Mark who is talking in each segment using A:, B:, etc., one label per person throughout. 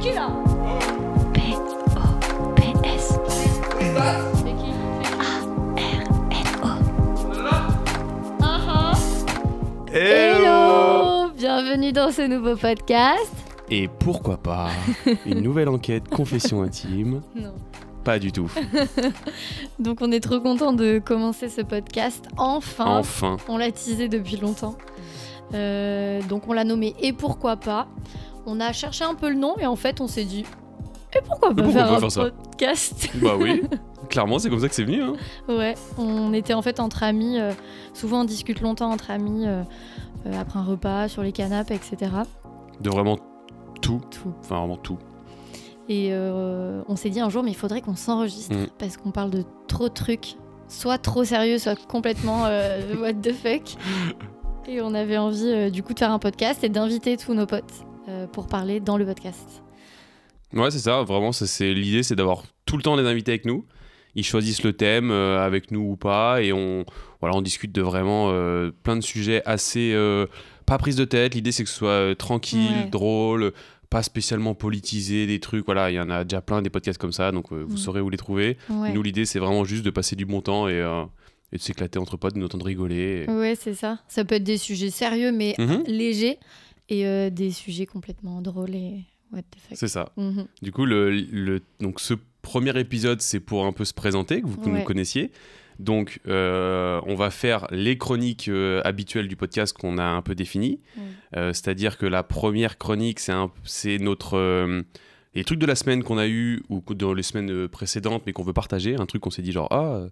A: qui là
B: P-O-P-S.
A: C'est qui C'est qui
B: R-N-O.
A: Ah, ah.
B: Hello Bienvenue dans ce nouveau podcast.
C: Et pourquoi pas une nouvelle enquête confession intime
B: Non.
C: Pas du tout.
B: Donc on est trop content de commencer ce podcast enfin.
C: Enfin,
B: On l'a teasé depuis longtemps. Euh, donc on l'a nommé Et pourquoi pas. On a cherché un peu le nom et en fait on s'est dit Et pourquoi pas
C: pourquoi
B: faire
C: pas
B: un
C: faire ça
B: podcast
C: bah oui. Clairement, c'est comme ça que c'est venu. hein.
B: Ouais, on était en fait entre amis. euh, souvent on discute longtemps entre amis euh, euh, après un repas, sur les canapes, etc.
C: De vraiment tout,
B: Tout.
C: enfin vraiment tout.
B: Et euh, on s'est dit un jour, mais il faudrait qu'on s'enregistre
C: Mm.
B: parce qu'on parle de trop de trucs, soit trop sérieux, soit complètement euh, what the fuck. Et on avait envie euh, du coup de faire un podcast et d'inviter tous nos potes euh, pour parler dans le podcast.
C: Ouais, c'est ça. Vraiment, ça, c'est l'idée, c'est d'avoir tout le temps des invités avec nous. Ils choisissent le thème euh, avec nous ou pas, et on voilà, on discute de vraiment euh, plein de sujets assez euh, pas prise de tête. L'idée, c'est que ce soit euh, tranquille,
B: Ouais.
C: drôle, pas spécialement politisé, des trucs. Voilà, il y en a déjà plein des podcasts comme ça, donc euh, vous
B: Mm.
C: saurez où les trouver.
B: Ouais,
C: Nous, l'idée, c'est vraiment juste de passer du bon temps et, euh, et de s'éclater entre potes, de nous entendre rigoler. et-
B: ouais c'est ça. Ça peut être des sujets sérieux mais
C: Mhm,
B: légers et euh, des sujets complètement drôles et what the fuck.
C: c'est ça.
B: Mhm.
C: Du coup, le, le- donc, ce premier épisode, c'est pour un peu se présenter, que vous que
B: Ouais.
C: nous connaissiez. Donc, euh, on va faire les chroniques euh, habituelles du podcast qu'on a un peu définies.
B: Ouais.
C: Euh, C'est-à-dire que la première chronique, c'est un- c'est notre. euh, les trucs de la semaine qu'on a eu ou que- dans les semaines euh, précédentes, mais qu'on veut partager, un truc qu'on s'est dit genre, ah, euh,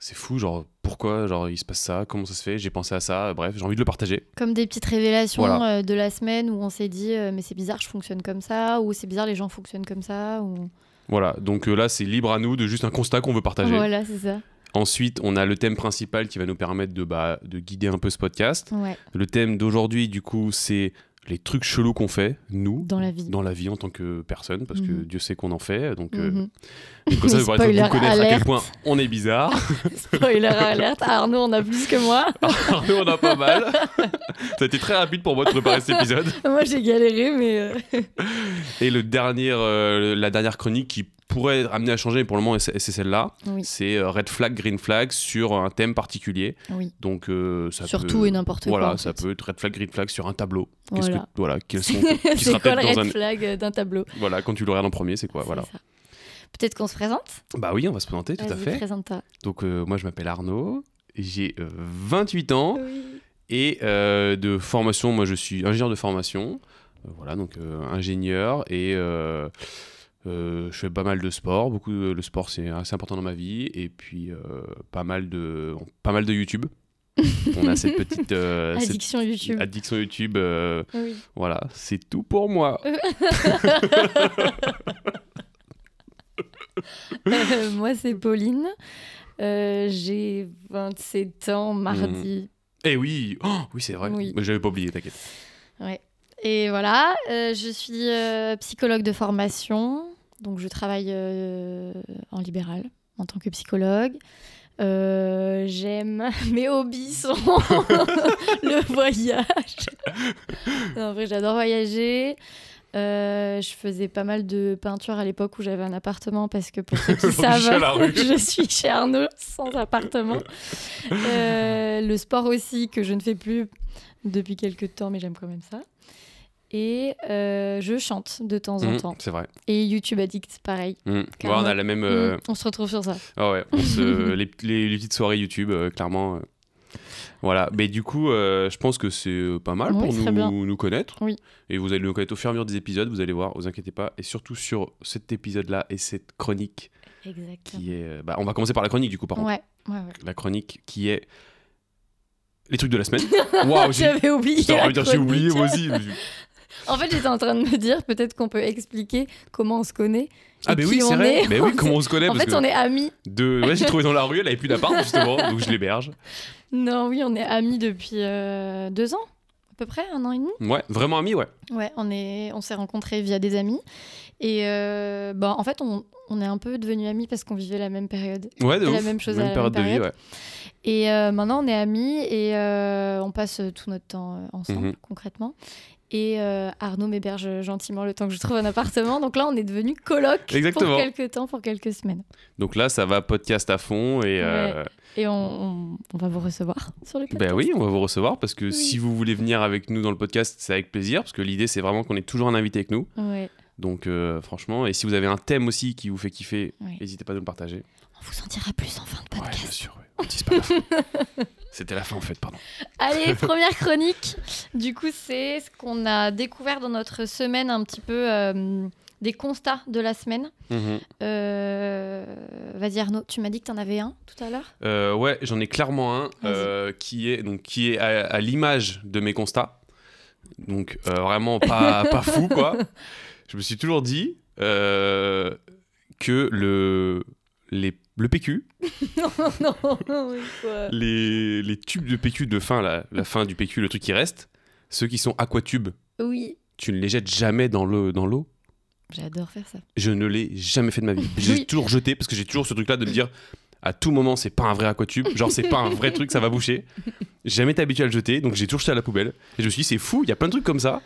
C: c'est fou, genre, pourquoi, genre, il se passe ça, comment ça se fait, j'ai pensé à ça, bref, j'ai envie de le partager.
B: Comme des petites révélations
C: Voilà.
B: euh, de la semaine où on s'est dit euh, mais c'est bizarre je fonctionne comme ça ou c'est bizarre les gens fonctionnent comme ça ou
C: Voilà, donc euh, là, c'est libre à nous de juste un constat qu'on veut partager.
B: voilà c'est ça.
C: Ensuite, on a le thème principal qui va nous permettre de, bah, de guider un peu ce podcast.
B: Ouais.
C: Le thème d'aujourd'hui, du coup, c'est les trucs chelous qu'on fait, nous,
B: Dans la vie.
C: dans la vie en tant que personne, parce que
B: Mhm.
C: Dieu sait qu'on en fait. Donc, euh,
B: Mhm.
C: comme ça, vous pourrez
B: Spoiler
C: vous connaître à quel
B: alerte.
C: point on est bizarre.
B: Spoiler alerte, Arnaud en a plus que moi.
C: Nous, on a pas mal. Ça a été très rapide pour moi de préparer cet épisode.
B: moi j'ai galéré, mais. euh,
C: Et le dernier, euh, la dernière chronique qui pourrait amener à changer, mais pour le moment, c'est c'est celle-là.
B: Oui.
C: C'est euh, red flag, green flag sur un thème particulier.
B: Oui.
C: Donc euh, ça
B: Sur
C: peut-
B: tout et n'importe quoi,
C: Voilà,
B: en
C: ça
B: fait. peut
C: peut être red flag, green flag sur un tableau. Qu'est-ce que-
B: Voilà.
C: voilà, quels sont qui
B: C'est
C: se
B: quoi
C: rappellent
B: le
C: dans
B: red
C: un
B: flag euh, d'un tableau
C: voilà, quand tu le regardes en premier, c'est quoi
B: C'est
C: voilà.
B: ça. Peut-être qu'on se présente
C: Bah oui, on va se présenter tout à
B: Vas-y,
C: fait.
B: présente-toi.
C: Donc euh, moi je m'appelle Arnaud, j'ai euh, 28 ans
B: Oui.
C: et euh, de formation, moi je suis ingénieur de formation. Euh, voilà, donc euh, ingénieur et euh, euh, je fais pas mal de sport, beaucoup de- le sport c'est assez important dans ma vie et puis euh, pas mal de pas mal de YouTube. on a cette petite euh, cette
B: Addiction YouTube.
C: Addiction YouTube, euh,
B: Oui.
C: voilà, c'est tout pour moi.
B: Euh, moi, c'est Pauline. Euh, j'ai 27 ans mardi.
C: Eh oui, oh, oui c'est vrai.
B: Oui.
C: Mais J'avais pas oublié, t'inquiète.
B: Et voilà, euh, je suis euh, psychologue de formation. Donc, je travaille euh, en libéral en tant que psychologue. Euh, J'aime. Mes hobbies sont le voyage. Non, en vrai, j'adore voyager. Euh, je faisais pas mal de peinture à l'époque où j'avais un appartement parce que pour ceux qui
C: Aujourd'hui, je suis à
B: savent,
C: la rue.
B: je suis chez Arnaud sans appartement. Euh, le sport aussi que je ne fais plus depuis quelques temps, mais j'aime quand même ça. Et euh, je chante de temps en
C: Mhm,
B: temps.
C: C'est vrai.
B: Et YouTube Addict, pareil.
C: Mhm. Ouais,
B: Clairement.
C: on a la même. euh,
B: Mm, On se retrouve sur ça.
C: ah ouais, on se- les, les- les petites soirées YouTube, euh, clairement. euh. Voilà, mais du coup, euh, je pense que c'est pas mal
B: Oui,
C: pour
B: c'est très bien.
C: nous, nous connaître.
B: Oui.
C: Et vous allez nous connaître au fur et à mesure des épisodes, vous allez voir, vous inquiétez pas. Et surtout sur cet épisode-là et cette chronique
B: Exactement.
C: qui est. euh, bah, on va commencer par la chronique du coup, par contre.
B: Ouais, ouais, ouais.
C: La chronique qui est. Les trucs de la semaine. Waouh, j'ai
B: J'avais oublié.
C: Putain,
B: la
C: putain, j'ai
B: chronique.
C: oublié moi aussi.
B: En fait, j'étais en train de me dire, peut-être qu'on peut expliquer comment on se connaît. et
C: Ah, mais
B: qui
C: oui,
B: on
C: c'est vrai.
B: est.
C: Mais oui, comment on se connaît
B: En
C: parce
B: fait,
C: que
B: on est amis.
C: de... ouais, j'ai trouvé dans la rue, elle avait plus d'appart justement, donc je l'héberge.
B: Non, oui, on est amis depuis euh, deux ans, à peu près, un an et demi.
C: Ouais, vraiment ami, ouais.
B: Ouais, on est, on s'est rencontrés via des amis. Et euh, bah, en fait, on, on est un peu devenus amis parce qu'on vivait la même période.
C: Ouais, de
B: C'est la
C: ouf.
B: même chose à la
C: période
B: même
C: de vie,
B: Et euh, maintenant, on est amis et euh, on passe tout notre temps euh, ensemble,
C: Mhm.
B: concrètement. Et euh, Arnaud m'héberge gentiment le temps que je trouve un appartement. Donc là, on est devenu coloc
C: Exactement.
B: pour quelques temps, pour quelques semaines.
C: Donc là, ça va podcast à fond et. euh,
B: Et on, on- on va vous recevoir sur le podcast.
C: Ben oui, on va vous recevoir parce que
B: Oui.
C: si vous voulez venir avec nous dans le podcast, c'est avec plaisir parce que l'idée c'est vraiment qu'on ait toujours un invité avec nous.
B: Ouais.
C: Donc euh, franchement, et si vous avez un thème aussi qui vous fait kiffer,
B: Oui.
C: n'hésitez pas à nous le partager.
B: On vous en dira plus en fin de
C: Ouais, bien
B: podcast.
C: sûr. ouais. On tease pas la fin. C'était la fin en fait, pardon.
B: Allez, première chronique. Du coup, c'est ce qu'on a découvert dans notre semaine, un petit peu euh, des constats de la semaine.
C: Mhm.
B: Euh, Vas-y Arnaud, tu m'as dit que t'en avais un tout à l'heure
C: Euh, ouais, j'en ai clairement un
B: Vas-y.
C: euh, qui est donc qui est à, à l'image de mes constats. Donc euh, vraiment pas pas fou quoi. Je me suis toujours dit euh, que le les, le PQ,
B: Non, non, non, oui, quoi.
C: les, les tubes de PQ de fin, la, la fin du PQ, le truc qui reste, ceux qui sont aquatubes,
B: Oui,
C: tu ne les jettes jamais dans l'eau. Dans l'eau.
B: j'adore faire ça.
C: Je ne l'ai jamais fait de ma vie. J'ai
B: Oui.
C: toujours jeté parce que j'ai toujours ce truc-là de me dire à tout moment, c'est pas un vrai aquatube, genre c'est pas un vrai truc, ça va boucher. J'ai Jamais été habitué à le jeter, donc j'ai toujours jeté à la poubelle. Et je me suis dit, c'est fou, il y a plein de trucs comme ça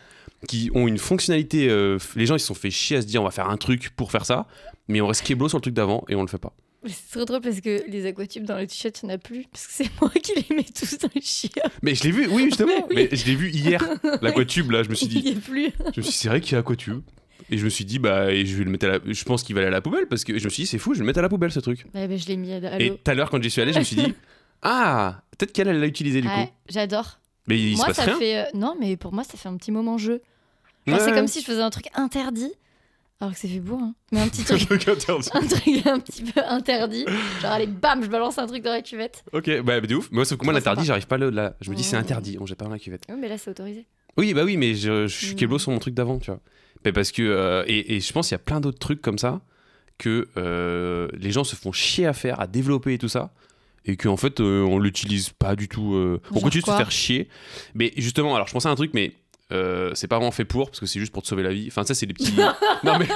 C: qui ont une fonctionnalité. euh, f- les gens, ils se sont fait chier à se dire, on va faire un truc pour faire ça, mais on reste kéblo sur le truc d'avant et on le fait pas.
B: Mais C'est trop drôle parce que les aquatubes dans le t-shirt, il n'y en a plus. Parce que c'est moi qui les mets tous dans le chien.
C: Mais je l'ai vu, oui, justement,
B: Mais oui.
C: mais je l'ai vu hier, l'aquatube, là, je me suis dit,
B: Il n'y est plus.
C: Je me suis dit, c'est vrai qu'il y a Aquatube. Et je me suis dit, bah, et je vais le mettre à la... Je pense qu'il va aller à la poubelle parce que et je me suis dit, c'est fou, je vais le mettre à la poubelle ce truc.
B: Ouais, bah, je l'ai mis à à
C: Et
B: l'eau.
C: tout à l'heure, quand j'y suis allé, je me suis dit, ah, peut-être qu'elle, elle l'a utilisé du
B: Ouais,
C: coup.
B: J'adore.
C: Mais il se
B: Moi,
C: passe
B: ça
C: rien.
B: fait. euh, Non, mais pour moi, ça fait un petit moment jeu. Genre,
C: Ouais.
B: C'est comme si je faisais un truc interdit. Alors que c'est fait beau, hein. Mais un petit truc.
C: Ok, interdit.
B: un truc un petit peu interdit. Genre, allez, bam, je balance un truc dans la cuvette.
C: ok, bah, mais de ouf. Moi, sauf que moi,
B: Trop
C: l'interdit,
B: sympa.
C: j'arrive pas là- là. Je me dis, c'est
B: Ouais.
C: interdit, on jette pas dans la cuvette.
B: Oui, mais là, c'est autorisé.
C: Oui, bah oui, mais je, je suis
B: Mm.
C: keblo sur mon truc d'avant, tu vois. Mais parce que. euh, et, et je pense qu'il y a plein d'autres trucs comme ça que euh, les gens se font chier à faire, à développer et tout ça. Et qu'en fait, euh, on l'utilise pas du tout. euh, on
B: Genre
C: continue de se
B: quoi
C: faire chier. Mais justement, alors je pensais à un truc, mais. euh, c'est pas vraiment fait pour parce que c'est juste pour te sauver la vie. Enfin, ça, c'est des petits. non, mais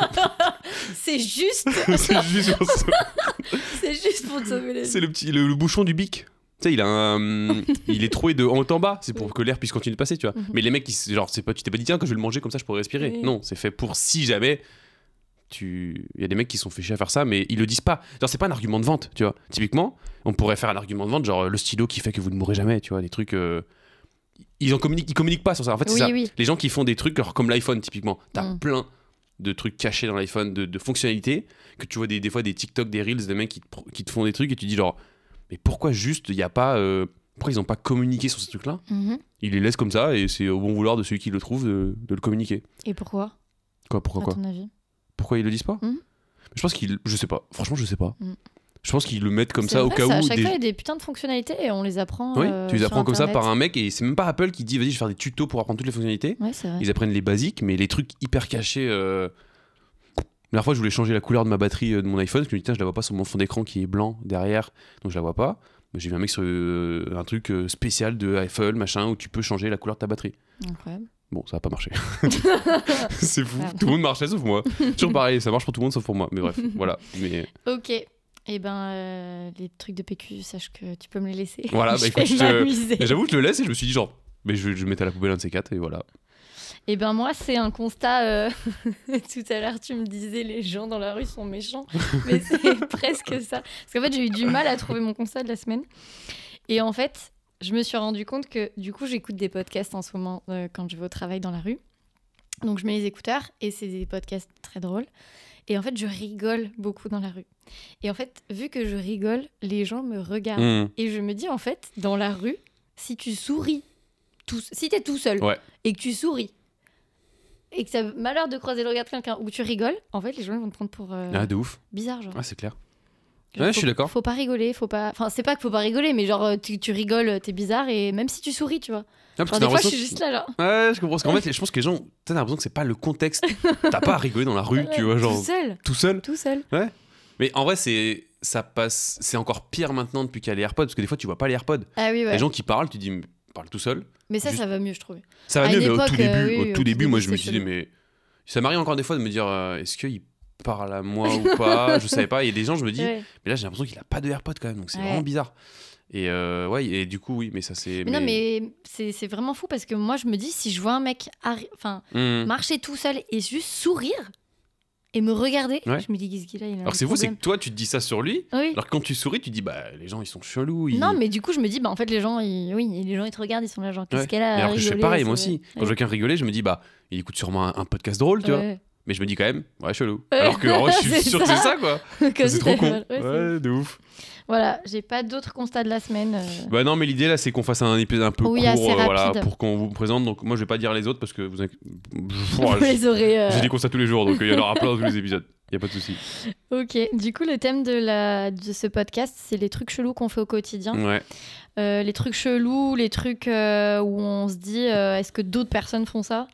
B: C'est juste,
C: c'est juste. pour se-
B: c'est juste pour te sauver la vie.
C: C'est le petit. Le, le bouchon du bic. Tu sais, il a un. Il est troué de en haut en bas. C'est pour que l'air puisse continuer de passer, tu vois.
B: Mhm.
C: Mais les mecs, ils, se- genre, c'est pas, tu t'es pas dit, tiens, quand je vais le manger, comme ça, je pourrais respirer.
B: Oui.
C: Non, c'est fait pour si jamais. Tu... Il y a des mecs qui se sont fait chier à faire ça, mais ils le disent pas. Genre, c'est pas un argument de vente, tu vois. Typiquement, on pourrait faire un argument de vente, genre le stylo qui fait que vous ne mourrez jamais, tu vois, des trucs. euh, Ils en communiquent, ils communiquent pas sur ça. En fait, c'est
B: Oui,
C: ça.
B: oui.
C: Les gens qui font des trucs, genre, comme l'iPhone, typiquement, t'as
B: Mm.
C: plein de trucs cachés dans l'iPhone, de, de fonctionnalités, que tu vois des, des fois des TikTok, des Reels, des mecs qui te, pro- qui te font des trucs et tu dis, genre, mais pourquoi juste, il y a pas. euh, Pourquoi ils ont pas communiqué sur ce truc-là
B: Mhm.
C: il les laisse comme ça et c'est au bon vouloir de celui qui le trouve de, de le communiquer.
B: Et pourquoi,
C: Quoi, pourquoi
B: à
C: quoi
B: ton avis
C: Pourquoi ils le disent pas
B: Mhm.
C: Je pense qu'ils. Je sais pas. Franchement, je sais pas.
B: Mhm.
C: Je pense qu'ils le mettent comme
B: C'est
C: ça au
B: vrai,
C: cas
B: À
C: où.
B: chaque
C: des-
B: fois, il y a des putains de fonctionnalités et on les apprend.
C: Oui,
B: euh,
C: tu les
B: sur
C: apprends comme ça
B: Internet.
C: par un mec et c'est même pas Apple qui dit vas-y, je vais faire des tutos pour apprendre toutes les fonctionnalités.
B: Ouais, c'est vrai.
C: Ils apprennent les basiques, mais les trucs hyper cachés. euh, La dernière fois, je voulais changer la couleur de ma batterie euh, de mon iPhone parce que je me dis, tiens, je la vois pas sur mon fond d'écran qui est blanc derrière, donc je la vois pas. Mais J'ai vu un mec sur euh, un truc euh, spécial de Apple, machin, où tu peux changer la couleur de ta batterie.
B: Incroyable.
C: Bon, ça n'a pas marché. c'est fou.
B: Pardon.
C: Tout le monde marchait sauf moi. Toujours pareil, ça marche pour tout le monde sauf pour moi. Mais bref, voilà. Mais
B: Ok. Eh ben, euh, les trucs de PQ, sache que tu peux me les laisser.
C: Voilà, bah
B: je
C: écoute,
B: vais
C: je te-
B: m'amuser.
C: et j'avoue, que je le laisse et je me suis dit, genre, mais je vais je vais mettre à la poubelle un de ces quatre et voilà.
B: Eh ben moi, c'est un constat. euh, Tout à l'heure, tu me disais les gens dans la rue sont méchants, mais c'est presque ça. Parce qu'en fait, j'ai eu du mal à trouver mon constat de la semaine. Et en fait, je me suis rendu compte que du coup, j'écoute des podcasts en ce moment euh, quand je vais au travail dans la rue. Donc, je mets les écouteurs et c'est des podcasts très drôles. Et en fait, je rigole beaucoup dans la rue. Et en fait, vu que je rigole, les gens me regardent.
C: Hmm.
B: Et je me dis, en fait, dans la rue, si tu souris, tout, si t'es tout seul,
C: Ouais.
B: et que tu souris, et que t'as malheur de croiser le regard de quelqu'un, ou que tu rigoles, en fait, les gens ils vont te prendre pour euh,
C: Ah, de ouf.
B: bizarre, genre.
C: Ah, c'est clair.
B: Genre,
C: ouais, je
B: faut-
C: suis d'accord.
B: Faut pas rigoler, faut pas... Enfin, c'est pas qu'il faut pas rigoler, mais genre, euh, tu, tu rigoles, t'es bizarre, et même si tu souris, tu vois.
C: Ah, parce
B: Genre,
C: que
B: des
C: t'as
B: fois, je
C: l'impression
B: suis juste là, genre,
C: que- Ouais, je comprends. Parce qu'en fait, je pense que les gens, t'as l'impression que c'est pas le contexte. T'as pas à rigoler dans la rue, tu vois, genre,
B: tout seul,
C: tout seul.
B: tout seul.
C: Mais en vrai, c'est. Ça passe. C'est encore pire maintenant depuis qu'il y a les AirPods parce que des fois, tu vois pas les AirPods.
B: Ah oui, ouais.
C: Les gens qui parlent, tu dis, mais parle tout seul.
B: Mais ça,
C: juste-
B: ça va mieux, je trouve.
C: Ça va
B: À
C: mieux,
B: une
C: mais au
B: époque,
C: tout
B: euh,
C: début,
B: oui,
C: au
B: oui,
C: tout début, moi je me
B: c'est
C: suis dit,
B: chelou.
C: mais ça m'arrive encore des fois de me dire, euh, est-ce qu'il parle à moi ou pas Je savais pas. Il y a des gens, je me dis,
B: Ouais.
C: mais là j'ai l'impression qu'il a pas de AirPod quand même, donc c'est
B: Ouais.
C: vraiment bizarre. Et euh, ouais, et du coup, oui, mais ça c'est.
B: Mais non, mais c'est c'est vraiment fou parce que moi, je me dis, si je vois un mec arri- enfin,
C: Hmm.
B: marcher tout seul et juste sourire et me regarder,
C: Ouais.
B: je me dis, qu'est-ce qu'il a il a un
C: Alors c'est vous, c'est que
B: problème.
C: toi, tu te dis ça sur lui.
B: Oui.
C: Alors que quand tu souris, tu dis, bah, les gens, ils sont chelous. Ils...
B: Non, mais du coup, je me dis, bah, en fait, les gens, ils, oui, les gens, ils te regardent, ils sont là, genre, qu'est-ce
C: Ouais.
B: qu'elle a
C: Mais alors que je fais pareil, moi aussi. Quand je
B: Ouais.
C: vois quelqu'un rigoler, je me dis, bah, il écoute sûrement un, un podcast drôle, tu vois.
B: Ouais.
C: Mais je me dis quand même, ouais, chelou.
B: Ouais.
C: Alors que oh, je suis
B: C'est
C: sûr que
B: ça.
C: c'est ça, quoi.
B: Comme
C: C'est
B: si
C: trop
B: t'avais-
C: con.
B: ouais, c'est-
C: de ouf.
B: Voilà, j'ai pas d'autres constats de la semaine. euh.
C: Bah non, mais l'idée là, c'est qu'on fasse un épisode un peu
B: Oui,
C: court, euh,
B: assez
C: voilà,
B: rapide.
C: pour qu'on vous présente. Donc moi, je vais pas dire les autres parce que vous. inqui- Je-
B: Vous
C: je-
B: les aurez. euh,
C: J'ai des constats tous les jours, donc il y en aura plein dans tous les épisodes. Il y a pas de souci.
B: Ok, du coup, le thème de, la... de ce podcast, c'est les trucs chelous qu'on fait au quotidien.
C: Ouais.
B: Euh, les trucs chelous, les trucs euh, où on se dit euh, est-ce que d'autres personnes font ça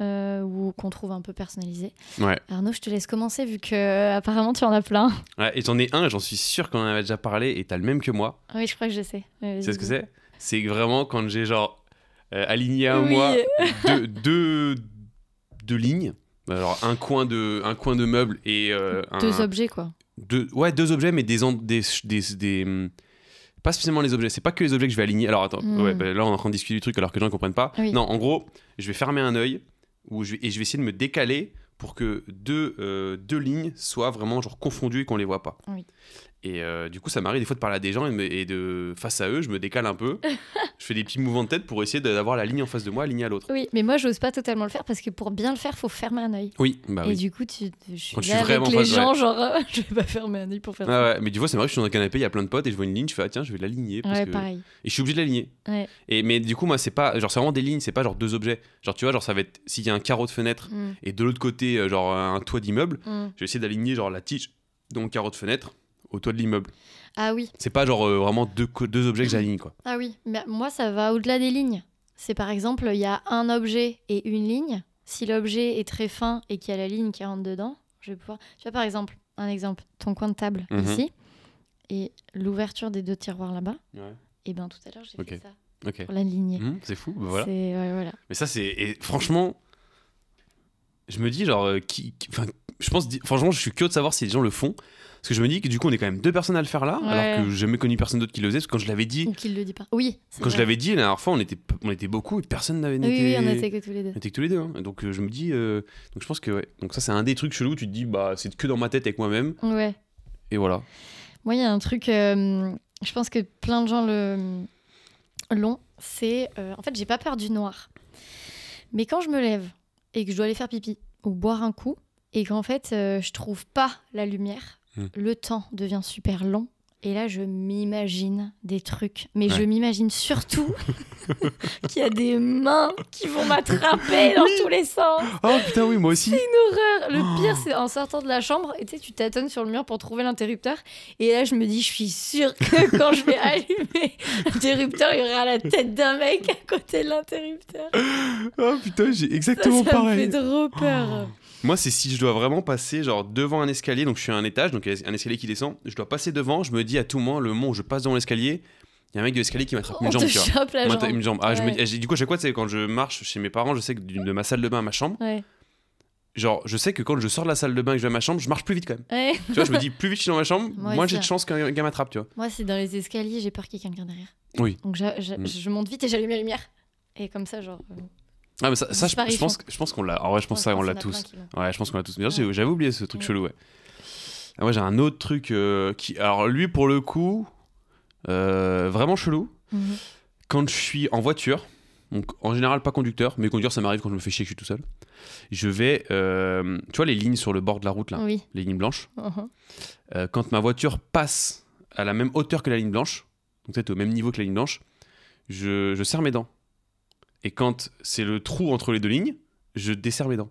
B: Euh, ou qu'on trouve un peu personnalisé.
C: Ouais.
B: Arnaud, je te laisse commencer vu que euh, apparemment tu en as plein.
C: Ouais, et j'en ai un, j'en suis sûr qu'on en avait déjà parlé, et t'as le même que moi.
B: Oui, je crois que je sais. Ouais, vas-y,
C: C'est ce que
B: vas-y.
C: c'est C'est vraiment quand j'ai genre euh, aligné à
B: Oui.
C: moi deux, deux, deux lignes. Alors un coin de, un coin de meuble et euh, un-
B: Deux objets quoi.
C: deux- ouais, deux objets, mais des, en- des, des, des, hum, Pas spécialement les objets, c'est pas que les objets que je vais aligner. Alors attends,
B: Hmm.
C: ouais, bah là on est en train de discuter du truc alors que les gens ne comprennent pas.
B: Oui.
C: Non, en gros, je vais fermer un œil où je vais- et je vais essayer de me décaler pour que deux, euh, deux lignes soient vraiment genre confondues et qu'on les voit pas.
B: Oui.
C: Et euh, du coup, ça m'arrive des fois de parler à des gens et, me- et de face à eux, je me décale un peu. je fais des petits mouvements de tête pour essayer de- d'avoir la ligne en face de moi alignée à l'autre.
B: Oui, mais moi j'ose pas totalement le faire parce que pour bien le faire, faut fermer un œil.
C: Oui, bah
B: Et
C: oui.
B: du coup, tu, je suis
C: Quand tu
B: là
C: suis
B: avec
C: vraiment
B: les
C: face-
B: gens, genre euh, je vais pas fermer un œil pour faire
C: Ah ouais, mais du coup, ça m'arrive, je suis dans un canapé, il y a plein de potes et je vois une ligne, je fais ah tiens, je vais l'aligner.
B: ça.
C: parce
B: Ouais,
C: que-
B: pareil.
C: Et je suis obligé de l'aligner.
B: Ouais.
C: Et mais du coup, moi, c'est pas genre c'est vraiment des lignes, c'est pas genre deux objets. Genre tu vois, genre ça va être s'il y a un carreau de fenêtre
B: Mm,
C: et de l'autre côté euh, genre un toit d'immeuble,
B: mm.
C: je vais essayer d'aligner genre la tige de mon carreau de fenêtre au toit de l'immeuble.
B: Ah oui,
C: C'est pas genre euh, vraiment deux co- deux objets que j'aligne quoi.
B: ah oui. Mais moi, ça va au-delà des lignes. C'est par exemple, il y a un objet et une ligne. Si l'objet est très fin et qu'il y a la ligne qui rentre dedans, je vais pouvoir. Tu vois, par exemple, un exemple, ton coin de table
C: Mhm.
B: ici et l'ouverture des deux tiroirs là-bas.
C: Ouais.
B: Et bien, tout à l'heure, j'ai
C: Ok.
B: fait ça
C: OK.
B: pour l'aligner.
C: Hmm, c'est fou, bah voilà.
B: C'est- ouais, voilà.
C: Mais ça c'est et franchement je me dis genre euh, qui qui- enfin je pense di- franchement, je suis curieux de savoir si les gens le font parce que je me dis que du coup, on est quand même deux personnes à le faire là
B: Ouais.
C: alors que j'ai jamais connu personne d'autre qui le faisait parce que quand je l'avais dit
B: Donc, il le dit pas. Oui, c'est
C: quand je
B: vrai.
C: l'avais dit la dernière fois, on était, on était beaucoup et personne n'avait
B: Oui, oui,
C: n'était-
B: on était que tous les deux.
C: On était que tous les deux. hein. Et Donc euh, je me dis, euh, donc je pense que ouais. Donc ça c'est un des trucs chelous. Tu te dis bah c'est que dans ma tête avec moi-même
B: Ouais.
C: et voilà.
B: Moi, il y a un truc, euh, je pense que plein de gens le l'ont, c'est. euh, en fait, j'ai pas peur du noir. Mais quand je me lève et que je dois aller faire pipi ou boire un coup et qu'en fait, euh, je trouve pas la lumière,
C: Hmm.
B: le temps devient super long. Et là, je m'imagine des trucs. Mais je
C: Ouais.
B: m'imagine surtout qu'il y a des mains qui vont m'attraper dans tous les sens.
C: Oh putain oui moi aussi.
B: Une horreur.
C: Oh.
B: Le pire, c'est en sortant de la chambre, et tu sais, tu tâtonnes sur le mur pour trouver l'interrupteur. Et là, je me dis, je suis sûre que quand je vais allumer l'interrupteur, il y aura la tête d'un mec à côté de l'interrupteur.
C: Oh putain j'ai
B: Ça, ça me fait
C: Oh.
B: trop peur.
C: Moi c'est si je dois vraiment passer genre devant un escalier donc je suis à un étage donc il y a un escalier qui descend. Je dois passer devant. Je me dis à tout moment le moment où je passe devant l'escalier, il y a un mec de l'escalier qui m'attrape
B: On
C: une jambe.
B: te
C: Tu vois.
B: chope la
C: Moi,
B: jambe.
C: t'as une jambe. Ah, je me
B: Ouais.
C: dis- j'ai- du coup à chaque fois c'est quand je marche chez mes parents je sais que d'une- de ma salle de bain à ma chambre
B: Ouais.
C: genre je sais que quand je sors de la salle de bain et que je vais à ma chambre je marche plus vite quand même.
B: Ouais.
C: Tu vois je me dis plus vite je suis dans ma chambre
B: Moi
C: moins
B: aussi.
C: j'ai de chance qu'un gars m'attrape tu vois.
B: Moi, c'est dans les escaliers, j'ai peur qu'il y ait quelqu'un derrière.
C: Oui.
B: Donc, j'a- j'a-
C: Mm.
B: je monte vite et j'allume la lumière. Et comme ça, genre. euh,
C: Ah mais ça, ça, je, je
B: Disparition.
C: pense que- je pense qu'on l'a. En vrai je pense
B: je
C: ça on
B: qu'il y
C: l'a
B: en a plein
C: tous.
B: qui l'ont.
C: Ouais, je pense qu'on l'a tous. Mais
B: Ouais.
C: j'ai- j'avais oublié ce truc
B: Ouais.
C: chelou, ouais. Ah, moi, j'ai un autre truc euh, qui. Alors, lui, pour le coup, euh, vraiment chelou.
B: Mhm.
C: Quand je suis en voiture, donc en général, pas conducteur, mais conduire, ça m'arrive quand je me fais chier que je suis tout seul. Je vais. euh, tu vois, les lignes sur le bord de la route, là,
B: Oui.
C: les lignes blanches.
B: Mhm.
C: Euh, quand ma voiture passe à la même hauteur que la ligne blanche, donc peut-être au même niveau que la ligne blanche, je, je serre mes dents. Et quand c'est le trou entre les deux lignes, je desserre mes dents.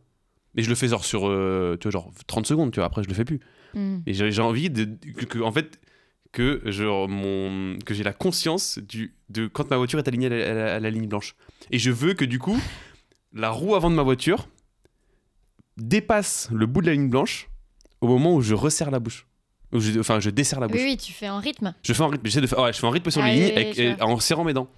C: Mais je le fais genre sur euh, tu vois, genre 30 secondes, tu vois, après je le fais plus.
B: Mm.
C: Et j'ai j'ai envie de, que, que- en fait que genre mon que j'ai la conscience du de quand ma voiture est alignée à la, à la- à la ligne blanche. Et je veux que du coup la roue avant de ma voiture dépasse le bout de la ligne blanche au moment où je resserre la bouche. Où je- enfin, je desserre la bouche.
B: Oui, oui, tu fais un rythme.
C: Je fais un rythme, j'essaie de faire, ouais, je fais un rythme sur
B: Ah
C: les
B: oui,
C: lignes
B: oui,
C: avec-
B: je vois.
C: en serrant mes dents.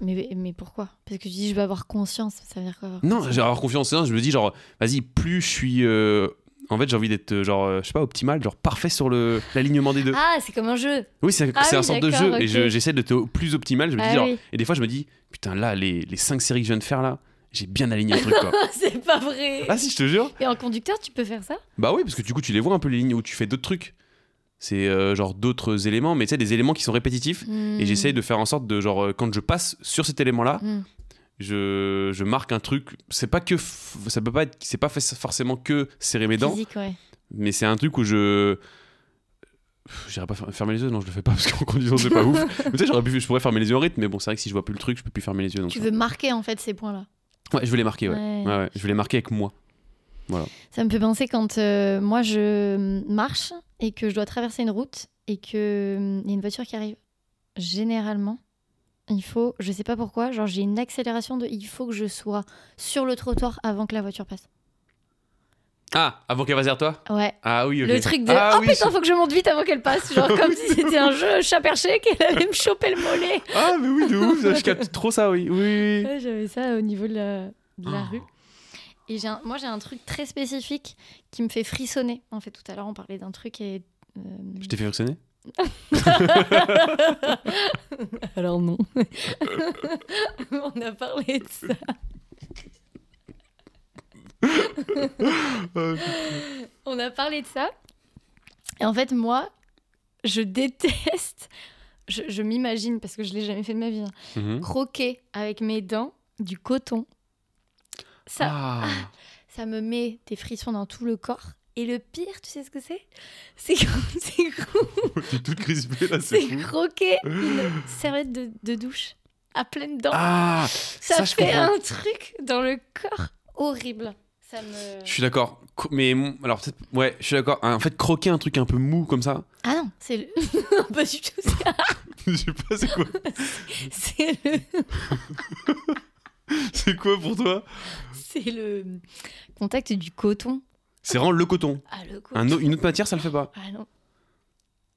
B: Mais, mais pourquoi Parce que tu dis, je vais avoir conscience. Ça veut dire quoi avoir
C: Non,
B: conscience
C: j'ai avoir confiance. non, je me dis genre, vas-y, plus je suis euh, En fait, j'ai envie d'être, euh, genre, euh, je sais pas, optimal, genre parfait sur le, l'alignement des deux.
B: Ah, c'est comme un jeu.
C: oui, c'est,
B: ah
C: c'est un
B: oui,
C: sorte de
B: d'accord,
C: jeu.
B: ok.
C: Et je- j'essaie d'être au plus optimal. Je me
B: Ah
C: dis, genre-
B: oui.
C: Et des fois, je me dis, putain, là, les, les cinq séries que je viens de faire, là, j'ai bien aligné le truc, quoi.
B: c'est pas vrai.
C: ah si, je te jure.
B: Et en conducteur, tu peux faire ça
C: Bah oui, parce que du coup, tu les vois un peu les lignes où tu fais d'autres trucs. C'est euh, genre d'autres éléments, mais tu sais, des éléments qui sont répétitifs. Et
B: Mm.
C: j'essaye de faire en sorte de, genre, euh, quand je passe sur cet élément-là,
B: Hmm.
C: je, je marque un truc. C'est pas que. f- Ça peut pas être. C'est pas fait- forcément que serrer mes dents,
B: Physique, ouais.
C: mais c'est un truc où je. Pff, J'irai pas fer- fermer les yeux, non, je le fais pas parce qu'en condition c'est pas ouf. Mais tu sais, j'aurais pu, je pourrais fermer les yeux en rythme, mais bon, c'est vrai que si je vois plus le truc, je peux plus fermer les yeux. Donc
B: Tu
C: ça-
B: veux marquer en fait ces points-là.
C: Ouais, je vais les marquer, ouais.
B: Ouais.
C: Ouais, ouais, Je vais les marquer avec moi.
B: Ça me fait penser quand euh, moi je marche et que je dois traverser une route et que hum, il y a une voiture qui arrive. Généralement, il faut, je sais pas pourquoi, genre j'ai une accélération de il faut que je sois sur le trottoir avant que la voiture passe.
C: Ah, avant qu'elle passe vers toi
B: Ouais.
C: Ah oui, ok.
B: Le truc de
C: Ah
B: oh
C: oui, Ah
B: putain, faut que je monte vite avant qu'elle passe, genre comme si c'était un jeu chat perché qu'elle allait me choper le mollet.
C: Ah, mais oui, de ouf, je capte trop ça, oui. Oui, oui.
B: Ouais, j'avais ça au niveau de la, de la
C: Oh.
B: rue. Et j'ai un- moi, j'ai un truc très spécifique qui me fait frissonner. En fait, tout à l'heure, on parlait d'un truc et. euh,
C: Je t'ai fait frissonner
B: Alors non. on a parlé de ça. On a parlé de ça. Et en fait, moi, je déteste. Je, je m'imagine, parce que je l'ai jamais fait de ma vie, hein,
C: Mhm.
B: croquer avec mes dents du coton. Ça,
C: Ah,
B: ça me met des frissons dans tout le corps. Et le pire, tu sais ce que c'est C'est quand- c'est cro-
C: t'es toute crispée là, c'est
B: c'est
C: fou.
B: croquer une serviette de, de douche à pleines dents.
C: Ah,
B: ça,
C: ça, je
B: fait
C: comprends.
B: un truc dans le corps horrible. Ça me...
C: je suis d'accord. Co- Mais mon- alors, peut-être- ouais, je suis d'accord. En fait, croquer un truc un peu mou comme ça,
B: Ah non, c'est le... Pas du tout, c'est-
C: je sais pas, c'est quoi,
B: c'est le...
C: c'est quoi pour toi
B: C'est le contact du coton.
C: C'est vraiment le coton.
B: Ah, le coton.
C: Un au- une autre matière, ça le fait pas.
B: Ah non.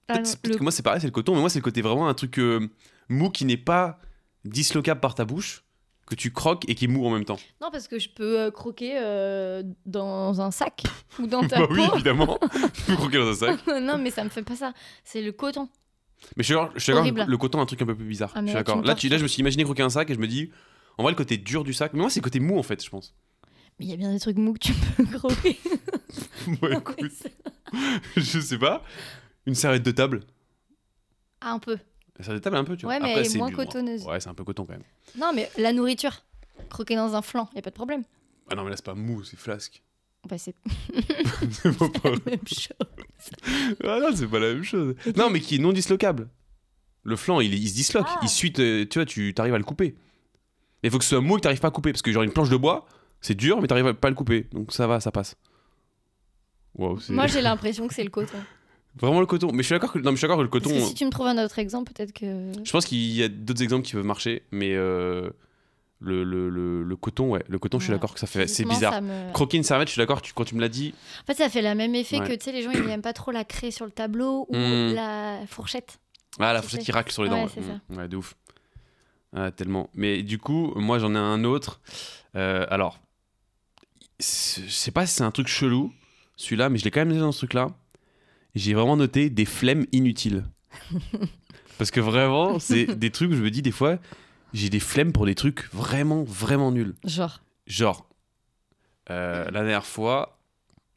B: Ah
C: Peut-être
B: non,
C: c'est- peut-être
B: le
C: que moi, c'est pareil, c'est le coton, mais moi, c'est le côté vraiment un truc euh, mou qui n'est pas dislocable par ta bouche, que tu croques et qui est mou en même temps.
B: Non, parce que je peux euh, croquer euh, dans un sac ou dans ta
C: bah
B: peau.
C: oui, évidemment. tu peux croquer dans un sac.
B: non, mais ça me fait pas ça. C'est le coton.
C: Mais je suis d'accord, je suis d'accord,
B: Horrible.
C: le, le coton, un truc un peu plus bizarre.
B: Ah,
C: je
B: mais
C: suis
B: là, tu
C: d'accord.
B: me
C: Là, tu- là,
B: tortures.
C: je me suis imaginé croquer un sac et je me dis, en vrai, le côté dur du sac. Mais moi, c'est le côté mou, en fait, je pense.
B: Mais il y a bien des trucs mous que tu peux croquer.
C: Moi, écoute, je sais pas. Une serviette de table.
B: Ah, un peu.
C: La serviette de table, un peu, tu vois.
B: Ouais, mais
C: Après,
B: elle est
C: c'est
B: moins
C: du- ouais.
B: cotonneuse.
C: Ouais, c'est un peu coton quand même.
B: Non, mais la nourriture. Croquer dans un flanc, y a pas de problème.
C: Ah non, mais là, c'est pas mou, c'est flasque.
B: Bah, c'est
C: c'est pas pareil.
B: la même chose.
C: Ah non, c'est pas la même chose. Non, mais qui est non dislocable. Le flanc, il, il se disloque.
B: Ah.
C: Il suit, euh, tu vois, tu arrives à le couper. Mais il faut que ce soit mou et que t'arrives pas à couper. Parce que, genre, une planche de bois, c'est dur, mais t'arrives à pas à le couper. Donc, ça va, ça passe. Waouh, c'est.
B: Moi, j'ai l'impression que c'est le coton.
C: Vraiment le coton. Mais je suis d'accord que, non, mais je suis d'accord que le
B: Parce
C: coton.
B: que si tu me trouves un autre exemple, peut-être que.
C: Je pense qu'il y a d'autres exemples qui peuvent marcher, mais euh, le, le, le, le coton, ouais. Le coton, je suis
B: Ouais.
C: d'accord que ça fait. C'est
B: Physiquement,
C: bizarre.
B: ça me-
C: Croquer une serviette, je suis d'accord, tu, quand tu me l'as dit.
B: En fait, ça fait le même effet
C: Ouais.
B: que tu sais, les gens ils n'aiment pas trop la craie sur le tableau ou
C: Hmm.
B: la fourchette.
C: Ah, la
B: Tu
C: fourchette
B: sais.
C: qui racle sur les dents.
B: Ouais,
C: Ouais,
B: c'est ça.
C: Mmh. Ouais, de ouf. Ah, tellement. Mais du coup, moi, j'en ai un autre. Euh, alors, c'est- je sais pas si c'est un truc chelou, celui-là, mais je l'ai quand même noté dans ce truc-là. J'ai vraiment noté des flemmes inutiles. Parce que vraiment, c'est des trucs où je me dis des fois, j'ai des flemmes pour des trucs vraiment, vraiment nuls.
B: Genre.
C: Genre, euh, la dernière fois,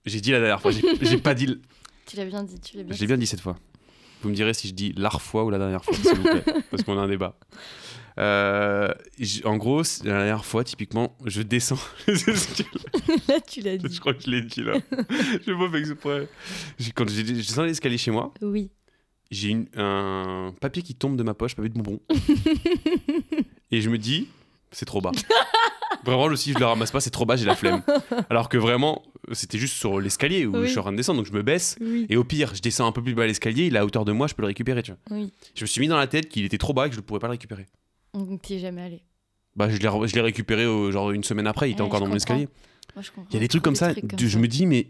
C: j'ai dit la dernière fois, j'ai j'ai pas dit, l-
B: Tu l'as bien dit, tu l'as bien
C: j'ai bien dit cette fois. Vous me direz si je dis la fois ou la dernière fois, s'il vous plaît, parce qu'on a un débat. Euh, j- en gros, c'est- la dernière fois, typiquement, je descends les escaliers.
B: Là, tu l'as
C: Je crois que je l'ai dit là. Je vais pas fait exprès. J'ai- Quand j'ai- je descends les escaliers chez moi,
B: Oui.
C: j'ai une- un papier qui tombe de ma poche, papier de bonbon. et je me dis, c'est trop bas. vraiment, le si je le ramasse pas, c'est trop bas, j'ai la flemme. Alors que vraiment, c'était juste sur l'escalier où
B: Oui.
C: je suis en train de descendre, donc je me baisse.
B: Oui.
C: Et au pire, je descends un peu plus bas l'escalier, il est à hauteur de moi, je peux le récupérer, tu vois.
B: Oui.
C: Je me suis mis dans la tête qu'il était trop bas et que je ne pourrais pas le récupérer.
B: Donc, t'y es jamais allé.
C: Bah, je l'ai re- je l'ai récupéré euh, genre une semaine après, il était
B: Ouais,
C: encore
B: je
C: dans mon
B: comprends.
C: escalier.
B: Moi, je comprends.
C: Il y a des trucs comme ça, de- je me dis, mais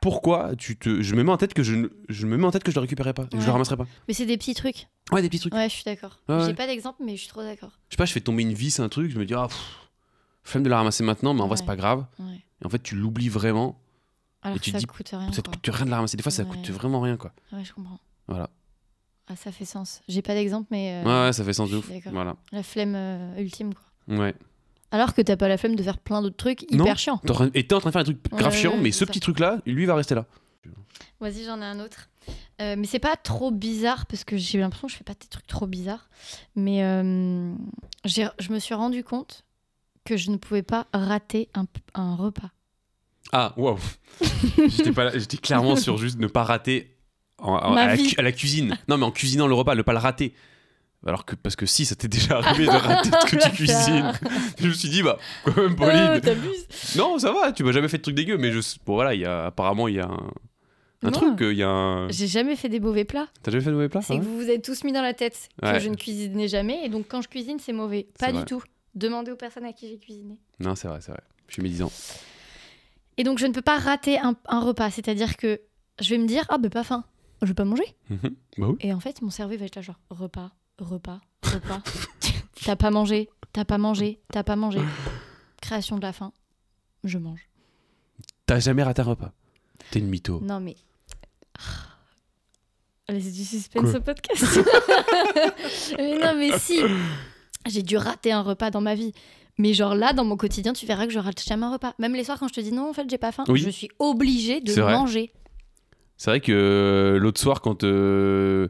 C: pourquoi tu te. Je me mets en tête que je ne je me mets en tête que je le récupérais pas, et que je
B: Ouais.
C: le ramasserais pas.
B: Mais c'est des petits trucs.
C: Ouais, des petits trucs.
B: Ouais, je suis d'accord.
C: Ouais, ouais.
B: J'ai pas d'exemple, mais je suis trop d'accord.
C: je sais pas, je fais tomber une vis, un truc, je me dis, ah, pff, flemme de la ramasser maintenant, mais en vrai,
B: Ouais.
C: c'est pas grave.
B: Ouais.
C: Et en fait, tu l'oublies vraiment.
B: Alors
C: Et
B: que
C: tu
B: ça
C: dis-
B: coûte rien.
C: Ça te
B: quoi.
C: coûte rien de la ramasser. Des fois, ça
B: Ah, Ouais.
C: coûte vraiment rien, quoi.
B: Ouais, je comprends.
C: Voilà.
B: Ah, ça fait sens. J'ai pas d'exemple, mais euh,
C: Ouais, ouais, ça fait sens
B: je
C: de
B: suis
C: ouf.
B: d'accord.
C: Voilà.
B: la flemme euh, ultime, quoi.
C: Ouais.
B: Alors que t'as pas la flemme de faire plein d'autres trucs
C: Non.
B: hyper chiants.
C: T'es en train- Et t'es en train de faire un truc grave
B: Ouais,
C: chiant,
B: ouais,
C: mais
B: c'est
C: ce
B: ça.
C: petit truc-là, lui, va rester là.
B: Vas-y, j'en ai un autre. Euh, mais c'est pas trop bizarre parce que j'ai l'impression que je fais pas des trucs trop bizarres. Mais euh, j'ai- je me suis rendu compte que je ne pouvais pas rater un, p- un repas.
C: Ah, waouh. J'étais pas là- J'étais clairement sur juste ne pas rater en- en-
B: Ma
C: à, la,
B: vie.
C: cu- à la cuisine. Non, mais en cuisinant le repas, ne pas le rater. Alors que, parce que si, ça t'est déjà arrivé de rater ce que tu
B: Bâtard.
C: cuisines. Je me suis dit, bah, quand
B: Ah,
C: même, Pauline.
B: t'abuses.
C: non, ça va, tu m'as jamais fait de truc dégueu, mais je. Bon, voilà, il y a, apparemment, il y a un,
B: Non.
C: un truc, il y a un.
B: J'ai jamais fait des mauvais plats.
C: T'as jamais fait de mauvais plat Ah
B: C'est que vous vous êtes tous mis dans la tête que
C: Ouais.
B: je ne cuisinais jamais. Et donc, quand je cuisine, c'est mauvais. Pas
C: C'est
B: du
C: vrai.
B: tout. Demandez aux personnes à qui j'ai cuisiné.
C: Non, c'est vrai, c'est vrai. Je suis médisant.
B: Et donc, je ne peux pas rater un, un repas. C'est-à-dire que je vais me dire, ah, ben pas faim. Je vais pas manger.
C: Mhm. Bah oui.
B: Et en fait, mon cerveau il va être là, genre, repas, repas, repas. t'as pas mangé, t'as pas mangé, t'as pas mangé. Création de la faim. Je mange.
C: T'as jamais raté un repas. T'es une mytho.
B: Non, mais. Ah. Allez, c'est du suspense
C: Quoi
B: au podcast. mais non, mais si. J'ai dû rater un repas dans ma vie. Mais genre là, dans mon quotidien, tu verras que je rate jamais un repas. Même les soirs, quand je te dis non, en fait, j'ai pas faim,
C: Oui.
B: je suis obligée de
C: C'est vrai.
B: manger.
C: C'est vrai que euh, l'autre soir, quand euh,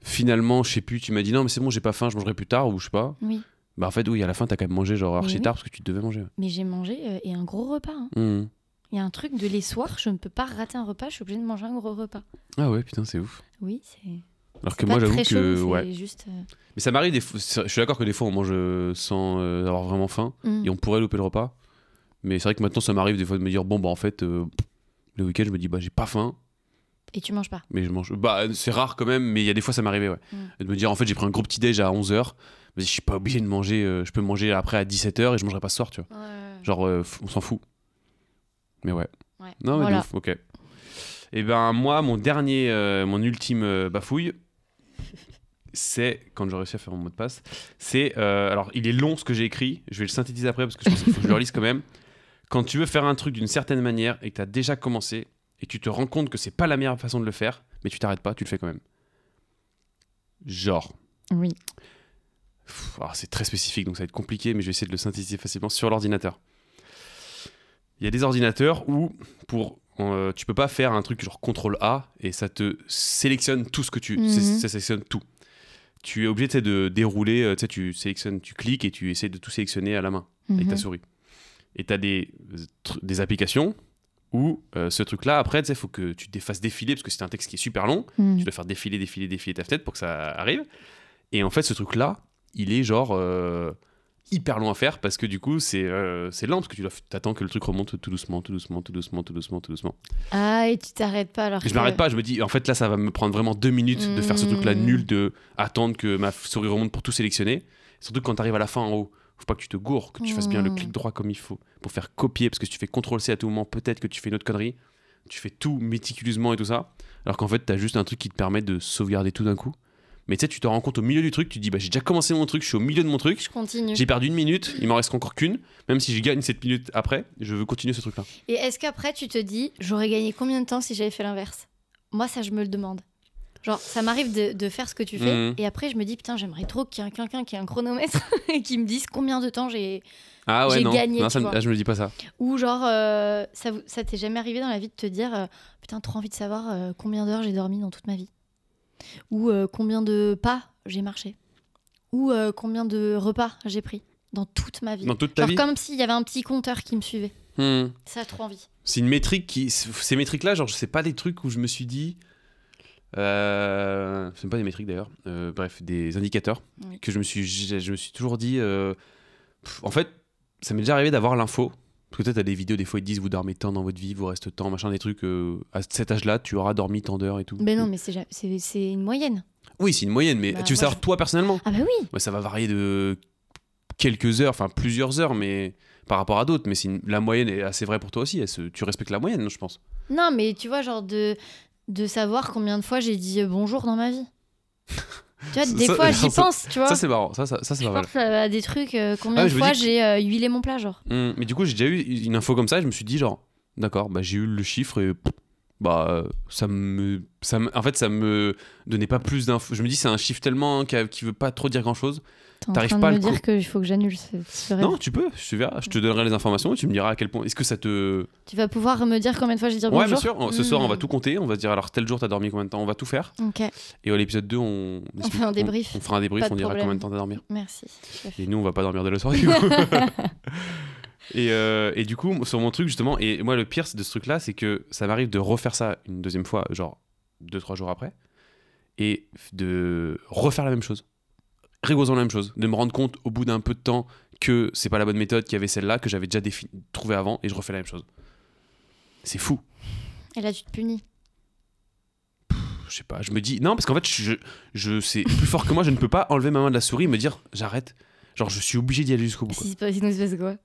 C: finalement, je sais plus, tu m'as dit non, mais c'est bon, j'ai pas faim, je mangerai plus tard ou je sais pas.
B: Oui.
C: Bah en fait, oui, à la fin, t'as quand même mangé genre
B: Mais
C: archi
B: oui.
C: tard parce que tu devais manger.
B: Mais j'ai mangé euh, et un gros repas. hein.
C: ouais. Mhm.
B: Il y a un truc de les soirs, je ne peux pas rater un repas, je suis obligée de manger un gros repas.
C: Ah ouais, putain, c'est ouf.
B: Oui, c'est.
C: Alors que
B: c'est
C: moi,
B: pas
C: j'avoue
B: très
C: que.
B: chaud,
C: ouais.
B: C'est juste. euh,
C: Mais ça m'arrive, des fois- je suis d'accord que des fois, on mange euh, sans euh, avoir vraiment faim
B: mm.
C: et on pourrait louper le repas. Mais c'est vrai que maintenant, ça m'arrive des fois de me dire bon, bah en fait, euh, le week-end, je me dis bah j'ai pas faim,
B: Et tu manges pas.
C: mais je mange. Bah, c'est rare quand même, mais il y a des fois ça m'arrivait, ouais.
B: Mm.
C: Et De me dire, en fait, j'ai pris un gros petit déj à 11h, mais je suis pas obligé de manger, euh, je peux manger après à 17h et je mangerai pas ce soir, tu vois. Genre, euh, f- on s'en fout. Mais ouais.
B: Ouais.
C: Non, mais de
B: Voilà.
C: ouf, ok. Et ben, moi, mon dernier, euh, mon ultime euh, bafouille, c'est quand j'ai réussi à faire mon mot de passe. C'est. euh, alors, il est long ce que j'ai écrit, je vais le synthétiser après parce que je pense qu'il faut que je le relise quand même. Quand tu veux faire un truc d'une certaine manière et que tu as déjà commencé et tu te rends compte que c'est pas la meilleure façon de le faire, mais tu t'arrêtes pas, tu le fais quand même. Genre.
B: Oui.
C: Pff, alors, c'est très spécifique, donc ça va être compliqué, mais je vais essayer de le synthétiser facilement sur l'ordinateur. Il y a des ordinateurs où pour euh, tu peux pas faire un truc genre contrôle A et ça te sélectionne tout ce que tu
B: Mhm.
C: ça, ça sélectionne tout. Tu es obligé tu sais, de dérouler, euh, tu sais, tu sélectionnes, tu cliques et tu essaies de tout sélectionner à la main avec ta
B: Mhm.
C: souris. Et tu as des, euh, tr- des applications où euh, ce truc-là, après, tu sais, faut que tu dé- fasses défiler parce que c'est un texte qui est super long.
B: Mm.
C: Tu dois faire défiler, défiler, défiler ta tête pour que ça arrive. Et en fait, ce truc-là, il est genre euh, hyper long à faire parce que du coup, c'est euh, c'est lent parce que tu dois f- t'attends que le truc remonte tout doucement, tout doucement, tout doucement, tout doucement, tout doucement.
B: Ah, et tu t'arrêtes pas alors
C: Je
B: que-
C: m'arrête pas, je me dis, en fait, là, ça va me prendre vraiment deux minutes de faire ce truc-là
B: Mm.
C: nul, de attendre que ma f- souris remonte pour tout sélectionner. Surtout quand t'arrives à la fin en haut. Faut pas que tu te gourres, que tu fasses bien le
B: Mm.
C: clic droit comme il faut pour faire copier parce que si tu fais CTRL-C à tout moment, peut-être que tu fais une autre connerie. Tu fais tout méticuleusement et tout ça. Alors qu'en fait, t'as juste un truc qui te permet de sauvegarder tout d'un coup. Mais tu sais, tu te rends compte au milieu du truc, tu te dis, bah, j'ai déjà commencé mon truc, je suis au milieu de mon truc.
B: Je continue.
C: J'ai perdu une minute, il m'en reste encore qu'une. Même si je gagne cette minute après, je veux continuer ce truc-là.
B: Et est-ce qu'après, tu te dis, j'aurais gagné combien de temps si j'avais fait l'inverse Moi, ça, je me le demande. Genre, ça m'arrive de, de faire ce que tu fais,
C: Mhm.
B: et après, je me dis, putain, j'aimerais trop qu'il y ait un- quelqu'un qui ait un chronomètre et qui me dise combien de temps j'ai.
C: Ah ouais,
B: J'ai
C: non.
B: gagné,
C: Non,
B: tu
C: ça me-
B: vois.
C: ah, je me dis pas ça.
B: Ou genre, euh, ça, vous- ça t'est jamais arrivé dans la vie de te dire, euh, putain, trop envie de savoir euh, combien d'heures j'ai dormi dans toute ma vie Ou euh, combien de pas j'ai marché Ou euh, combien de repas j'ai pris dans toute ma vie
C: Dans toute ta
B: Genre,
C: vie.
B: comme s'il y avait un petit compteur qui me suivait.
C: Hmm.
B: Ça, trop envie.
C: C'est une métrique qui. Ces métriques-là, genre, c'est pas des trucs où je me suis dit. Euh, c'est même pas des métriques d'ailleurs, Euh, bref, des indicateurs
B: Oui.
C: que je me suis, je, je me suis toujours dit. euh, pff, en fait, ça m'est déjà arrivé d'avoir l'info. Parce que peut-être t'as des vidéos, des fois ils te disent vous dormez tant dans votre vie, vous reste tant, machin, des trucs. euh, à cet âge-là, tu auras dormi tant d'heures et tout.
B: Mais non, mais c'est ja- c'est c'est une moyenne.
C: Oui, c'est une moyenne, mais
B: Bah,
C: tu veux
B: moi,
C: savoir
B: je-
C: toi personnellement
B: Ah bah oui,
C: Ouais, ça va varier de quelques heures, enfin plusieurs heures, mais par rapport à d'autres. Mais c'est une- la moyenne est assez vraie pour toi aussi. elle se- tu respectes la moyenne, je pense.
B: non mais tu vois genre de de savoir combien de fois j'ai dit euh, bonjour dans ma vie. tu vois,
C: Ça-
B: des
C: ça-
B: fois j'y
C: ça-
B: pense, tu vois.
C: Ça, c'est marrant. Ça, ça, ça, c'est
B: je
C: pas mal.
B: pense euh, à des trucs euh, combien
C: Ah,
B: de
C: je me
B: fois
C: dis que-
B: j'ai euh, huilé mon plat genre.
C: Hum, mais du coup, j'ai déjà eu une info comme ça. Je me suis dit, genre, D'accord, bah, j'ai eu le chiffre et pff, bah, euh, ça me, ça me- en fait, ça me donnait pas plus d'infos. Je me dis, c'est un chiffre tellement hein, qui, a- qui veut pas trop dire grand chose.
B: T'es en
C: T'arrives
B: train de
C: pas à
B: me
C: le
B: dire
C: co-
B: qu'il faut que j'annule ce, ce rêve.
C: Non, tu peux, je te verrai, je te donnerai les informations et tu me diras à quel point. Est-ce que ça te.
B: Tu vas pouvoir me dire combien de fois j'ai dit
C: ouais,
B: Ah, bonjour
C: bien sûr, on- ce soir, on va
B: Hmm.
C: tout compter. On va se dire, alors, tel jour, t'as dormi combien de temps On va tout faire.
B: Ok,
C: Et à l'épisode 2, on.
B: On fait un débrief.
C: On, fera un débrief,
B: Pas de
C: on dira
B: problème.
C: combien de temps t'as dormi.
B: merci. Chef.
C: Et nous, on va pas dormir de la soirée. du coup. et, euh, et du coup, sur mon truc, justement, et moi, le pire c'est de ce truc-là, c'est que ça m'arrive de refaire ça une deuxième fois, genre deux, trois jours après, et de refaire la même chose. Rigoureusement la même chose. De me rendre compte au bout d'un peu de temps que c'est pas la bonne méthode, qu'il y avait celle-là, que j'avais déjà défi- trouvée avant, et je refais la même chose. C'est fou.
B: Et là, tu te punis.
C: Je sais pas, je me dis. Non, parce qu'en fait, je, je, c'est plus fort que moi, je ne peux pas enlever ma main de la souris et me dire j'arrête. Genre, je suis obligé d'y aller jusqu'au bout. quoi.
B: Si c'est pas- sinon, il se passe quoi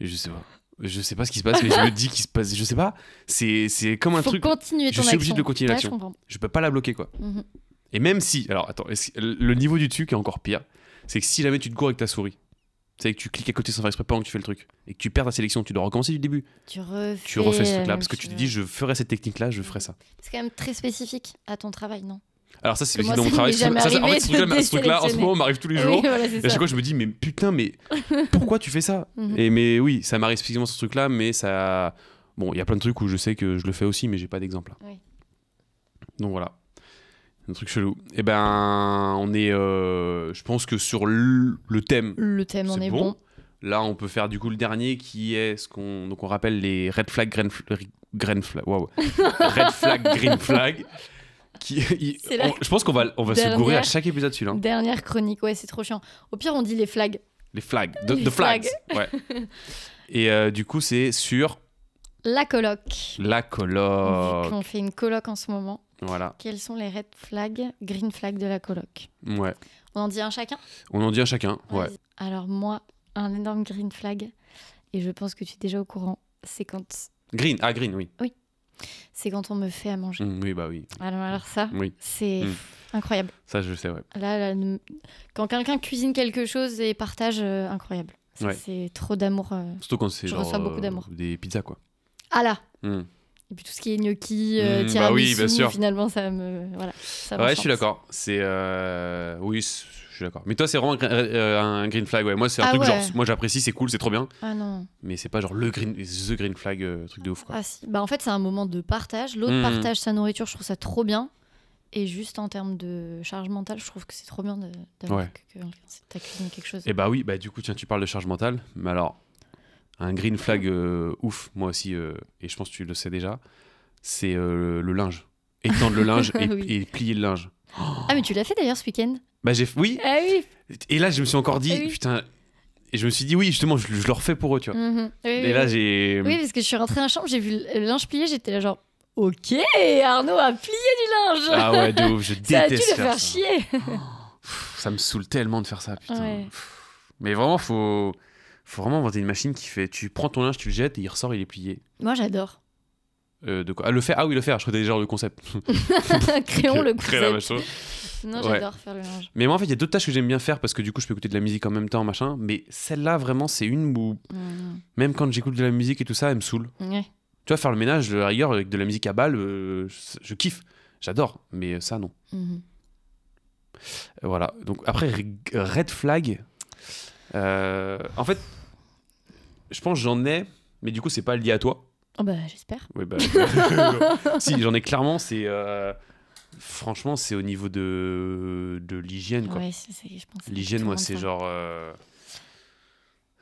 C: Je sais pas. Je sais pas ce qui se passe, mais je me dis qu'il se passe. Je sais pas. C'est c'est comme un
B: Faut
C: truc.
B: continuer
C: je
B: ton action.
C: suis obligé de continuer
B: Ouais,
C: l'action.
B: je comprends.
C: Je peux pas la bloquer, quoi.
B: Mhm.
C: Et même si. Alors, attends. est-ce que- Le niveau du dessus qui est encore pire, c'est que si jamais tu te gourres avec ta souris, c'est que tu cliques à côté sans faire exprès pendant que tu fais le truc, et que tu perds ta sélection, tu dois recommencer du début.
B: Tu refais,
C: Tu refais ce
B: la
C: truc-là,
B: même
C: parce que tu te
B: chose.
C: dis, je ferai cette technique-là, je ferai ça.
B: C'est quand même très spécifique à ton travail, non
C: Alors, ça, c'est
B: Parce que
C: dans mon
B: moi,
C: travail.
B: ça m'est jamais
C: ça, ça- en fait,
B: arrivé
C: ce truc-là,
B: de
C: ce truc-là, en ce
B: désélectionner.
C: moment, m'arrive tous les
B: Oui,
C: jours.
B: voilà, c'est
C: Et à
B: ça.
C: chaque fois, je me dis, mais putain, mais pourquoi tu fais ça
B: Mhm.
C: Et mais oui, ça m'arrive spécifiquement sur ce truc-là, mais ça. Bon, il y a plein de trucs où je sais que je le fais aussi, mais j'ai pas d'exemple. là.
B: Oui.
C: Donc voilà. Un truc chelou. Eh ben, on est. euh, je pense que sur le le thème,
B: Le thème en
C: c'est
B: est
C: bon.
B: bon.
C: Là, on peut faire du coup le dernier qui est ce qu'on. Donc on rappelle les red flag, green, fl- green flag. Waouh. red flag, green flag. Qui, il-
B: C'est la
C: on- je pense qu'on va, on va se
B: dernière.
C: gourer à chaque épisode celui-là. hein.
B: Dernière chronique, ouais, c'est trop chiant. Au pire, on dit les flags.
C: Les flags. The,
B: Les
C: the flags. Ouais. Et euh, du coup, c'est sur
B: La coloc.
C: la
B: Vu
C: coloc.
B: qu'on fait une coloc en ce moment,
C: Voilà.
B: quels sont les red flags, green flags de la coloc
C: Ouais.
B: On en dit un chacun
C: On en dit à chacun. Ouais.
B: Vas-y. Alors moi, un énorme green flag, et je pense que tu es déjà au courant, c'est quand,
C: Green. Ah, green, oui.
B: c'est quand on me fait à manger. Ah,
C: Mm, oui, bah oui.
B: Alors, alors ça,
C: Oui.
B: c'est
C: Mm.
B: incroyable.
C: Ça, je sais, ouais.
B: Là, là, n- quand quelqu'un cuisine quelque chose et partage, euh, incroyable. Ça,
C: Ouais.
B: C'est trop d'amour. euh.
C: Surtout quand c'est
B: Je
C: genre. euh,
B: reçois beaucoup d'amour.
C: Des pizzas, quoi.
B: Ah là
C: Mm.
B: Et puis tout ce qui est gnocchi, euh,
C: Mm, bah
B: tiramisu,
C: oui, bien sûr.
B: finalement, ça me... Voilà, ça
C: Ouais, je
B: m'enchante.
C: suis d'accord. C'est. euh, Oui, c'est- je suis d'accord. Mais toi, c'est vraiment un gre- euh, un green flag, ouais. Moi, c'est un
B: Ah
C: truc
B: ouais.
C: genre. Moi, j'apprécie, c'est cool, c'est trop bien.
B: Ah non.
C: Mais c'est pas genre le green. The green flag, euh, truc de ouf, quoi.
B: Ah si. Bah en fait, c'est un moment de partage. L'autre
C: Mm.
B: partage sa nourriture, je trouve ça trop bien. Et juste en termes de charge mentale, je trouve que c'est trop bien de- d'avoir
C: Ouais.
B: que, que t'as cuisiné quelque chose.
C: Et bah oui, bah du coup, tiens, tu parles de charge mentale, mais alors, un green flag euh, ouf, moi aussi, euh, et je pense que tu le sais déjà, c'est euh, le linge. Étendre le linge et,
B: Oui.
C: et plier le linge.
B: Ah mais tu l'as fait d'ailleurs ce week-end
C: Bah j'ai oui,
B: Ah oui,
C: et là, je me suis encore dit,
B: Eh oui.
C: putain, et je me suis dit, oui, justement, je, je le refais pour eux, tu vois.
B: Mhm. Oui,
C: Et
B: oui,
C: là,
B: oui.
C: j'ai.
B: Oui, parce que je suis rentrée en chambre, j'ai vu le le linge plié, j'étais là genre... Ok, Arnaud a plié du linge
C: Ah ouais, de ouf, je
B: Ça a dû le faire
C: déteste faire ça.
B: chier
C: Pff, ça me saoule tellement de faire ça, putain.
B: Ouais.
C: Pff, Mais vraiment, faut. Faut vraiment inventer une machine qui fait. Tu prends ton linge, tu le jettes et il ressort, il est plié.
B: Moi j'adore.
C: Euh, de quoi Ah, le faire Ah oui, le faire, je crois que t'as déjà le concept.
B: Créons le
C: Créer la hein. même
B: concept.
C: chose.
B: Non,
C: Ouais.
B: j'adore faire le linge.
C: Mais moi, en fait, il y a d'autres tâches que j'aime bien faire parce que du coup, je peux écouter de la musique en même temps, machin. Mais celle-là, vraiment, c'est une où,
B: Mhm.
C: même quand j'écoute de la musique et tout ça, elle me saoule.
B: Ouais.
C: Tu vois, faire le ménage, à la rigueur, avec de la musique à balle, euh, je, je kiffe. J'adore. Mais ça, non.
B: Mhm.
C: Euh, Voilà. Donc, après, rig- red flag. euh, en fait, je pense que j'en ai, mais du coup, c'est pas lié à toi.
B: Oh bah j'espère.
C: Oui, bah. si, j'en ai clairement, c'est. euh, franchement, c'est au niveau de, de l'hygiène, quoi.
B: Ouais, c'est- c'est- je pense. que
C: L'hygiène,
B: tout le
C: moi,
B: monde
C: c'est
B: ça.
C: genre. euh,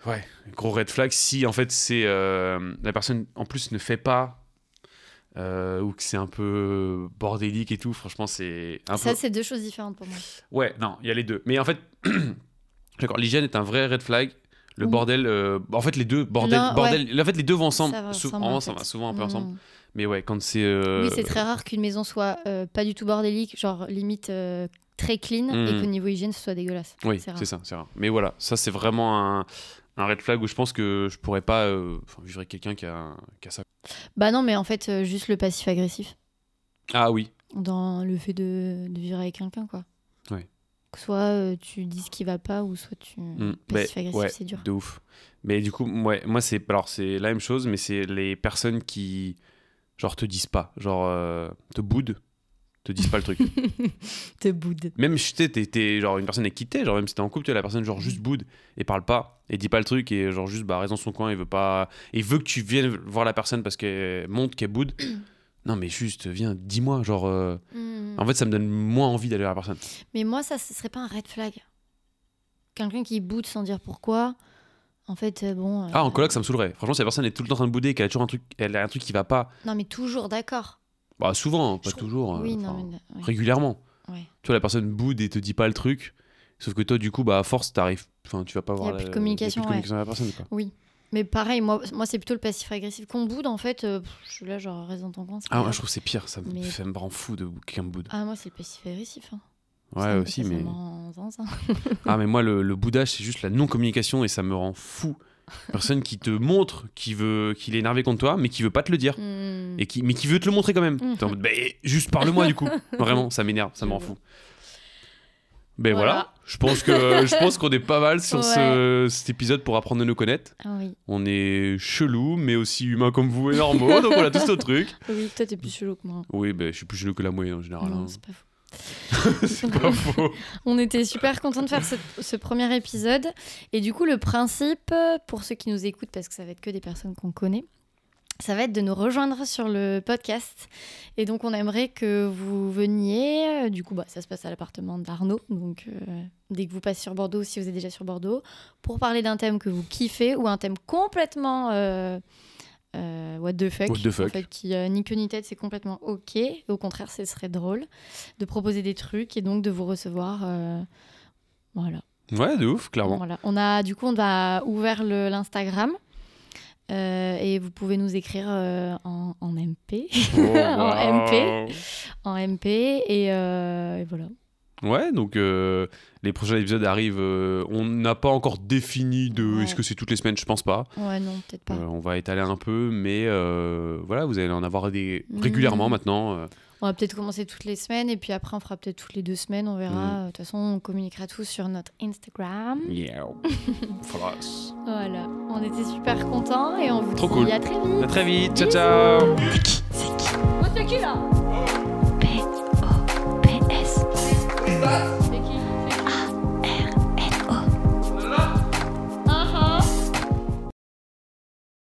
C: Ouais, gros red flag. Si, en fait, c'est. euh, La personne, en plus, ne fait pas. euh, ou que c'est un peu bordélique et tout, franchement, c'est. Un
B: Ça,
C: peu...
B: c'est deux choses différentes pour moi.
C: Ouais, non, il y a les deux. Mais en fait, d'accord, l'hygiène est un vrai red flag. Le
B: Oui.
C: bordel. euh, En fait, les deux, bordel.
B: Non, ouais.
C: bordel... En fait, les deux vont ensemble.
B: Ça va
C: Sou-
B: ensemble,
C: vraiment,
B: en
C: ça
B: fait.
C: va souvent un peu
B: Mm.
C: ensemble. Mais ouais, quand c'est. euh,
B: Oui, c'est très rare qu'une maison soit euh, pas du tout bordélique, genre limite euh, très clean,
C: Mm.
B: et qu'au niveau hygiène, ce soit dégueulasse.
C: Oui,
B: c'est rare.
C: c'est ça, c'est rare. Mais voilà, ça c'est vraiment un, un red flag où je pense que je pourrais pas euh, enfin, vivre avec quelqu'un qui a, qui a ça.
B: Bah non, mais en fait, euh, juste le passif agressif
C: Ah oui,
B: dans le fait de, de vivre avec quelqu'un, quoi.
C: Ouais.
B: que soit euh, tu dis ce qui va pas ou soit tu
C: Mm.
B: passif
C: Ben,
B: agressif,
C: ouais,
B: c'est dur.
C: De ouf. Mais du coup, ouais, moi, c'est alors c'est la même chose, mais c'est les personnes qui, genre, te disent pas, genre, euh, te boudent, te disent pas le truc.
B: Te boude.
C: Même si t'es- t'es t'es, genre une personne est quittée, genre même si t'es en couple, tu vois, la personne genre juste boude et parle pas et dit pas le truc et genre juste bah reste dans son coin, il veut pas, il veut que tu viennes voir la personne parce qu'elle montre qu'elle boude. non mais juste viens, dis-moi, genre. euh,
B: Mm.
C: En fait, ça me donne moins envie d'aller voir la personne.
B: Mais moi, ça, ce serait pas un red flag. Quelqu'un qui boude sans dire pourquoi. En fait, euh, bon. euh,
C: Ah en coloc, ça me saoulerait. Franchement, si la personne est tout le temps en train de bouder, et qu'elle a toujours un truc, elle a un truc qui va pas.
B: Non, mais toujours d'accord.
C: Bah souvent, pas
B: Je trouve-
C: toujours. euh,
B: oui, non,
C: enfin,
B: mais. oui,
C: Régulièrement.
B: ouais.
C: Tu vois, la personne boude et te dit pas le truc. Sauf que toi, du coup, bah, à force, t'arrives. Enfin, tu vas pas voir.
B: plus de
C: la-
B: communication,
C: y a plus de communication avec la personne, quoi.
B: Mais pareil, moi, moi c'est plutôt le passif-agressif. Qu'on boude, en fait, euh, pff, je suis là, genre, reste dans ton coin. c'est pas
C: Ah, moi,
B: grave.
C: je trouve que c'est pire. Ça, me-
B: Mais-
C: ça me rend fou de quelqu'un me boude.
B: Ah, moi, c'est le passif-agressif. hein.
C: Ouais,
B: Ça me-
C: aussi,
B: ça, ça
C: mais.
B: me rend zinzin.
C: Ah, mais moi, le, le boudage, c'est juste la non-communication et ça me rend fou. Personne qui te montre qu'il veut qu'il est énervé contre toi, mais qui veut pas te le dire.
B: Mm.
C: Et qui, mais qui veut te le montrer quand même.
B: Mhm.
C: T'es en mode, bah, juste parle-moi du coup. Vraiment, ça m'énerve, ça me rend fou. Ben voilà.
B: Mm. Voilà.
C: je pense que je pense qu'on est pas mal sur ce- cet épisode pour apprendre à nous connaître.
B: Ah oui.
C: On est chelou, mais aussi humain comme vous et normaux, donc on a tous nos trucs.
B: Oui, toi, t'es plus chelou que moi.
C: Oui, ben, je suis plus chelou que la moyenne en général.
B: Non,
C: hein.
B: c'est pas fou.
C: C'est pas faux.
B: On était super contents de faire ce, ce premier épisode. Et du coup, le principe, euh, pour ceux qui nous écoutent, parce que ça va être que des personnes qu'on connaît, ça va être de nous rejoindre sur le podcast. Et donc, on aimerait que vous veniez. Euh, Du coup, bah, ça se passe à l'appartement d'Arnaud. Donc, euh, dès que vous passez sur Bordeaux, si vous êtes déjà sur Bordeaux, pour parler d'un thème que vous kiffez ou un thème complètement. euh, euh, what the fuck,
C: What the fuck.
B: En fait, qui euh, ni queue ni tête, c'est complètement ok. Au contraire, ce serait drôle de proposer des trucs et donc de vous recevoir. euh, voilà.
C: Ouais, de ouf, clairement.
B: Voilà. On a du coup on a ouvert le- l'Instagram euh, et vous pouvez nous écrire euh, en, en MP, En
C: wow.
B: en MP et, euh, et voilà.
C: Ouais, donc euh, les prochains épisodes arrivent. euh, on n'a pas encore défini de
B: Ouais.
C: est-ce que c'est toutes les semaines, je pense pas.
B: Ouais non peut-être pas.
C: Euh, on va étaler un peu, mais euh, voilà, vous allez en avoir des
B: Mm.
C: régulièrement maintenant. euh.
B: On va peut-être commencer toutes les semaines et puis après on fera peut-être toutes les deux semaines, on
C: Mm.
B: verra. De toute façon on communiquera tout sur notre Instagram.
C: Yeah. Frosse.
B: Voilà. On était super contents et on vous
C: Trop
B: dit
C: cool.
B: à très vite.
C: À très vite, ciao ciao.
A: Moi, c'est qui là
D: P-O-P-S.
A: Buzz